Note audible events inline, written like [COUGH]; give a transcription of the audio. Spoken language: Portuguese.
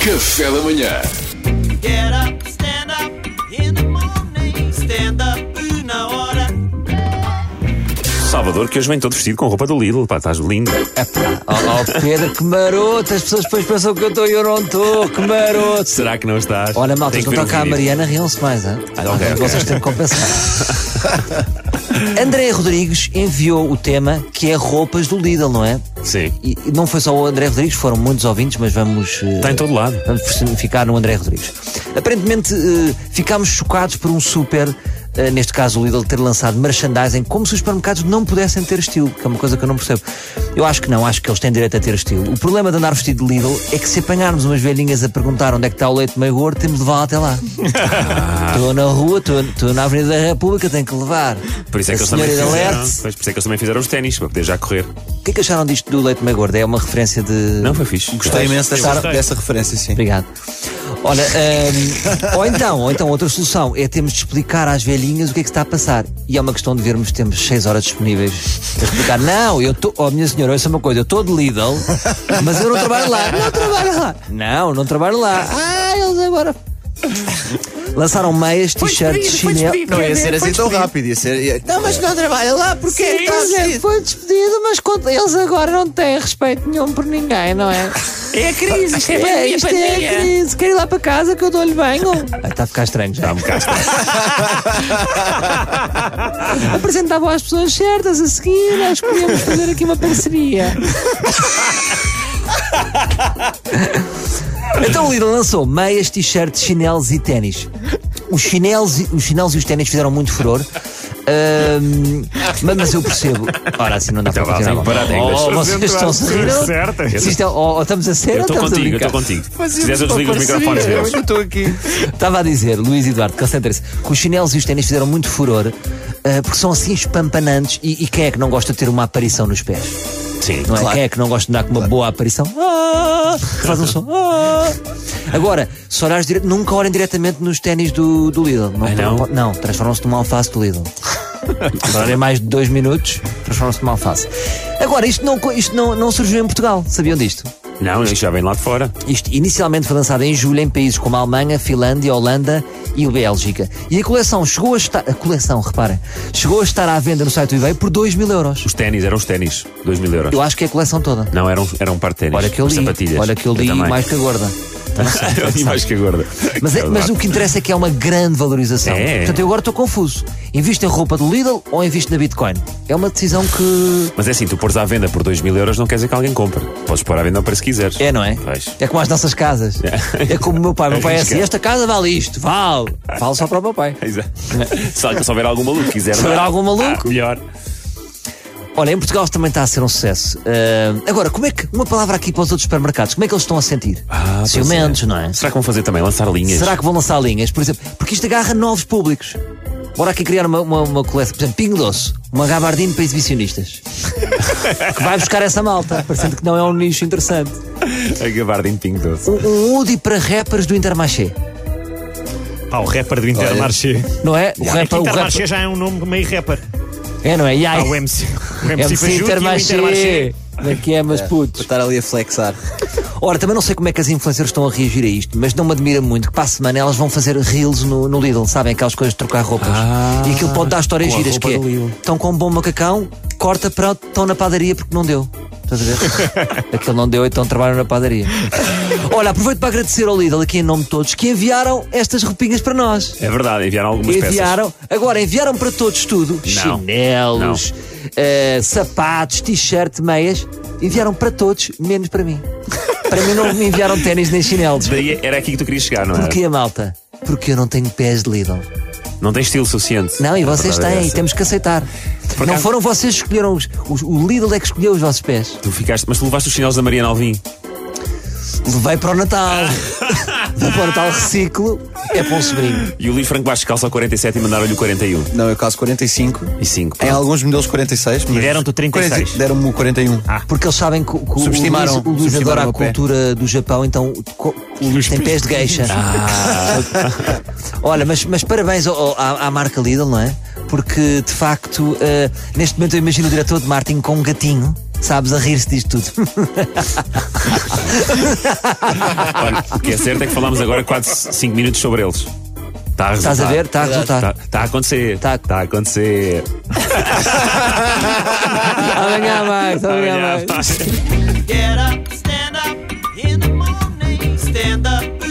Café da manhã. Get up, stand up in the morning. Stand up na hora. Salvador, que hoje vem todo vestido com roupa do Lidl, pá, estás lindo. Oh, Pedro, que maroto! As pessoas depois pensam que eu estou e eu não estou. Que maroto! Será que não estás? Olha, malta, Tem não que ver toca o a vídeo. Mariana, riam-se mais, hã? Ah, ok, Alguém que ok. Vocês têm que [LAUGHS] compensar. André Rodrigues enviou o tema que é roupas do Lidl, não é? Sim. E e não foi só o André Rodrigues, foram muitos ouvintes, mas vamos. eh, Está Tá em todo lado. Vamos personificar no André Rodrigues. Aparentemente eh, ficámos chocados por um super, eh, neste caso o Lidl, ter lançado merchandising como se os supermercados não pudessem ter estilo, que é uma coisa que eu não percebo. Eu acho que não, acho que eles têm direito a ter estilo. O problema de andar vestido de Lidl é que se apanharmos umas velhinhas a perguntar onde é que está o leite meio gordo, temos de levá-lo [LAUGHS] até lá. Estou na rua, estou- estou na Avenida da República, tenho que levar. Por isso é a que eles também senhora de fizeram. alerte. Pois, por isso é que eles também fizeram os ténis, para poder já correr. O que é que acharam disto do leite meio gordo? É uma referência de. Não, foi fixe. Gostei imenso dessa, gostei. dessa referência, sim. Obrigado. Olha, [LAUGHS] ahm, ou, então, ou então, outra solução é termos de explicar às velhinhas o que é que está a passar. E é uma questão de vermos, temos 6 horas disponíveis para explicar. Não, eu estou, oh minha senhora, ouça uma coisa, eu estou de Lidl, mas eu não trabalho lá. Não trabalho lá. Não, não trabalho lá. Ah, eles agora. Lançaram meias, t-shirts, chinelos. Não ia ser assim tão rápido, ia ser. ia- Não, mas não trabalha lá porque é, tá foi despedido, mas conta- eles agora não têm respeito nenhum por ninguém, não é? É a crise, isto é É, pandemia, isto pandemia. é crise. Quer ir lá para casa que eu dou-lhe [LAUGHS] banho? Está tá a ficar estranho já. Dá-me cá. Apresentavam às pessoas certas a seguir. Nós podíamos fazer aqui uma parceria. Então o Lidl lançou meias, t-shirts, chinelos e ténis. Os chinelos, e- os chinelos e os ténis fizeram muito furor. Ahm, mas, mas eu percebo. Ora, assim não dá Então para vá, continuar. tem que parar, tem que Oh, deixar. vocês estão a rir? Coisas certas. Se isto é- Ou ou estamos a ser Eu ou estou estamos a contigo, eu brincar? estou contigo. Se quiseres, eu desligo os microfones deles. Estava a dizer, Luís Eduardo, concentra-se, que os chinelos e os ténis fizeram muito furor eh, porque são assim espampanantes e, e quem é que não gosta de ter uma aparição nos pés? Sim. Não é? Quem é que não gosta de andar com uma boa aparição? Ah, faz um som. Ah. Agora, se olhares direto, nunca olhem diretamente nos ténis do, do Lidl. Não, Ai, É não? não, transformam-se numa alface [LAUGHS] do Lidl. Se olharem mais de dois minutos, transformam-se numa alface. Agora, isto, não, co- isto não, não surgiu em Portugal, sabiam disto? Não, isto já vem lá de fora. Isto inicialmente foi lançado em julho em países como a Alemanha, Finlândia, Holanda e Bélgica. E a coleção chegou a estar. A coleção, reparem, chegou a estar à venda no site do eBay por 2 mil euros. Os ténis eram os ténis, 2 mil euros. Eu acho que é a coleção toda. Não, eram, eram um par de ténis. Olha que eu umas li. sapatilhas. Olha que eu li também. [LAUGHS] mais que a gorda. E mais que a gorda. Mas, é- mas o que interessa é que é uma grande valorização. É. Portanto, eu agora estou confuso. Invisto em roupa do Lidl ou invisto na Bitcoin? É uma decisão que. Mas é assim, tu pôres à venda por 2 mil euros não quer dizer que alguém compre. Podes pôr à venda ao preço que quiseres. É, não é? Pois. É como as [LAUGHS] nossas casas. É, como o meu pai. O meu pai é assim: Arrisca. esta casa vale isto, vale. [LAUGHS] Vale só para o meu pai. Exato. Se se houver algum maluco é. que quiser. Se houver dar, algum maluco. ah, melhor. Olha, em Portugal também está a ser um sucesso. Ah, agora, como é que. Uma palavra aqui para os outros supermercados, como é que eles estão a sentir? Ah, Ciumentos, pois é. não é? Será que vão fazer também? Lançar linhas? Será que vão lançar linhas, por exemplo? Porque isto agarra novos públicos. Bora aqui criar uma, uma, uma coleção, por exemplo, Pingo Doce, uma gabardina [LAUGHS] para exibicionistas. que vai buscar essa malta, parecendo que não é um nicho interessante. A gabardem de pingo doce. Um, um hoodie para rappers do Intermarché, Pá, o rapper do Intermarché. não é? O É que rapper, o rapper. Intermarché já é um nome meio rapper. É, não é? E aí? Há o MC. O MC, MC Fajuto e o Intermarché. Intermarché. Como é que é, meus Para putos? estar ali a flexar. Ora, também não sei como é que as influencers estão a reagir a isto, mas não me admira muito que para a semana elas vão fazer reels no, no Lidl, sabem? Aquelas coisas de trocar roupas. e aquilo pode dar histórias Ah, com a giras, roupa que é, do Lidl. estão com um bom macacão, corta para estão na padaria porque não deu. Estás a [LAUGHS] ver? Aquilo não deu, então trabalham na padaria. Olha, aproveito para agradecer ao Lidl, aqui em nome de todos, que enviaram estas roupinhas para nós. É verdade, enviaram algumas Enviaram, agora enviaram para todos tudo: chinelos, eh, sapatos, t-shirt, meias. Enviaram para todos, menos para mim. para mim não me enviaram ténis nem chinelos. peças. Daí era aqui que tu querias chegar, não é? Porquê, malta? Porque eu não tenho pés de Lidl. Não tens estilo suficiente. Não, e A vocês verdade é têm, essa. temos que aceitar. Por não acaso- foram vocês que escolheram os, os- O Lidl é que escolheu os [LAUGHS] vossos pés. Tu ficaste, mas tu levaste os chinelos da Mariana Alvim. Levei para o Natal. Levei para o Natal reciclo. É para um sobrinho. E o Luís Franco Bastos calça o 47 e um. mandaram-lhe o 41. Não, eu caso 45. E 5. Em alguns modelos 46. Mas deram-te o 36. Deram-me o 41. Porque eles sabem que, que o Luís, Subestimaram- o Luís adora subestimaram a o pé. cultura do Japão, então co- tem pés de geisha. Ah. [LAUGHS] Olha, mas, mas parabéns ao- ao- à, à marca Lidl, não é? Porque de facto, eh, neste momento eu imagino o diretor de Martin com um gatinho, sabes, a rir-se disto tudo. Olha, o que é certo é que falámos agora quase 5 minutos sobre eles. Está a resultar. [LAUGHS] Tá. Estás a ver? Tá Está a resultar. Está está a acontecer. Está- Está a acontecer. Amanhã há Tá mais, tá amanhã há mais. Amanhã. Get up, stand up in the morning, stand up.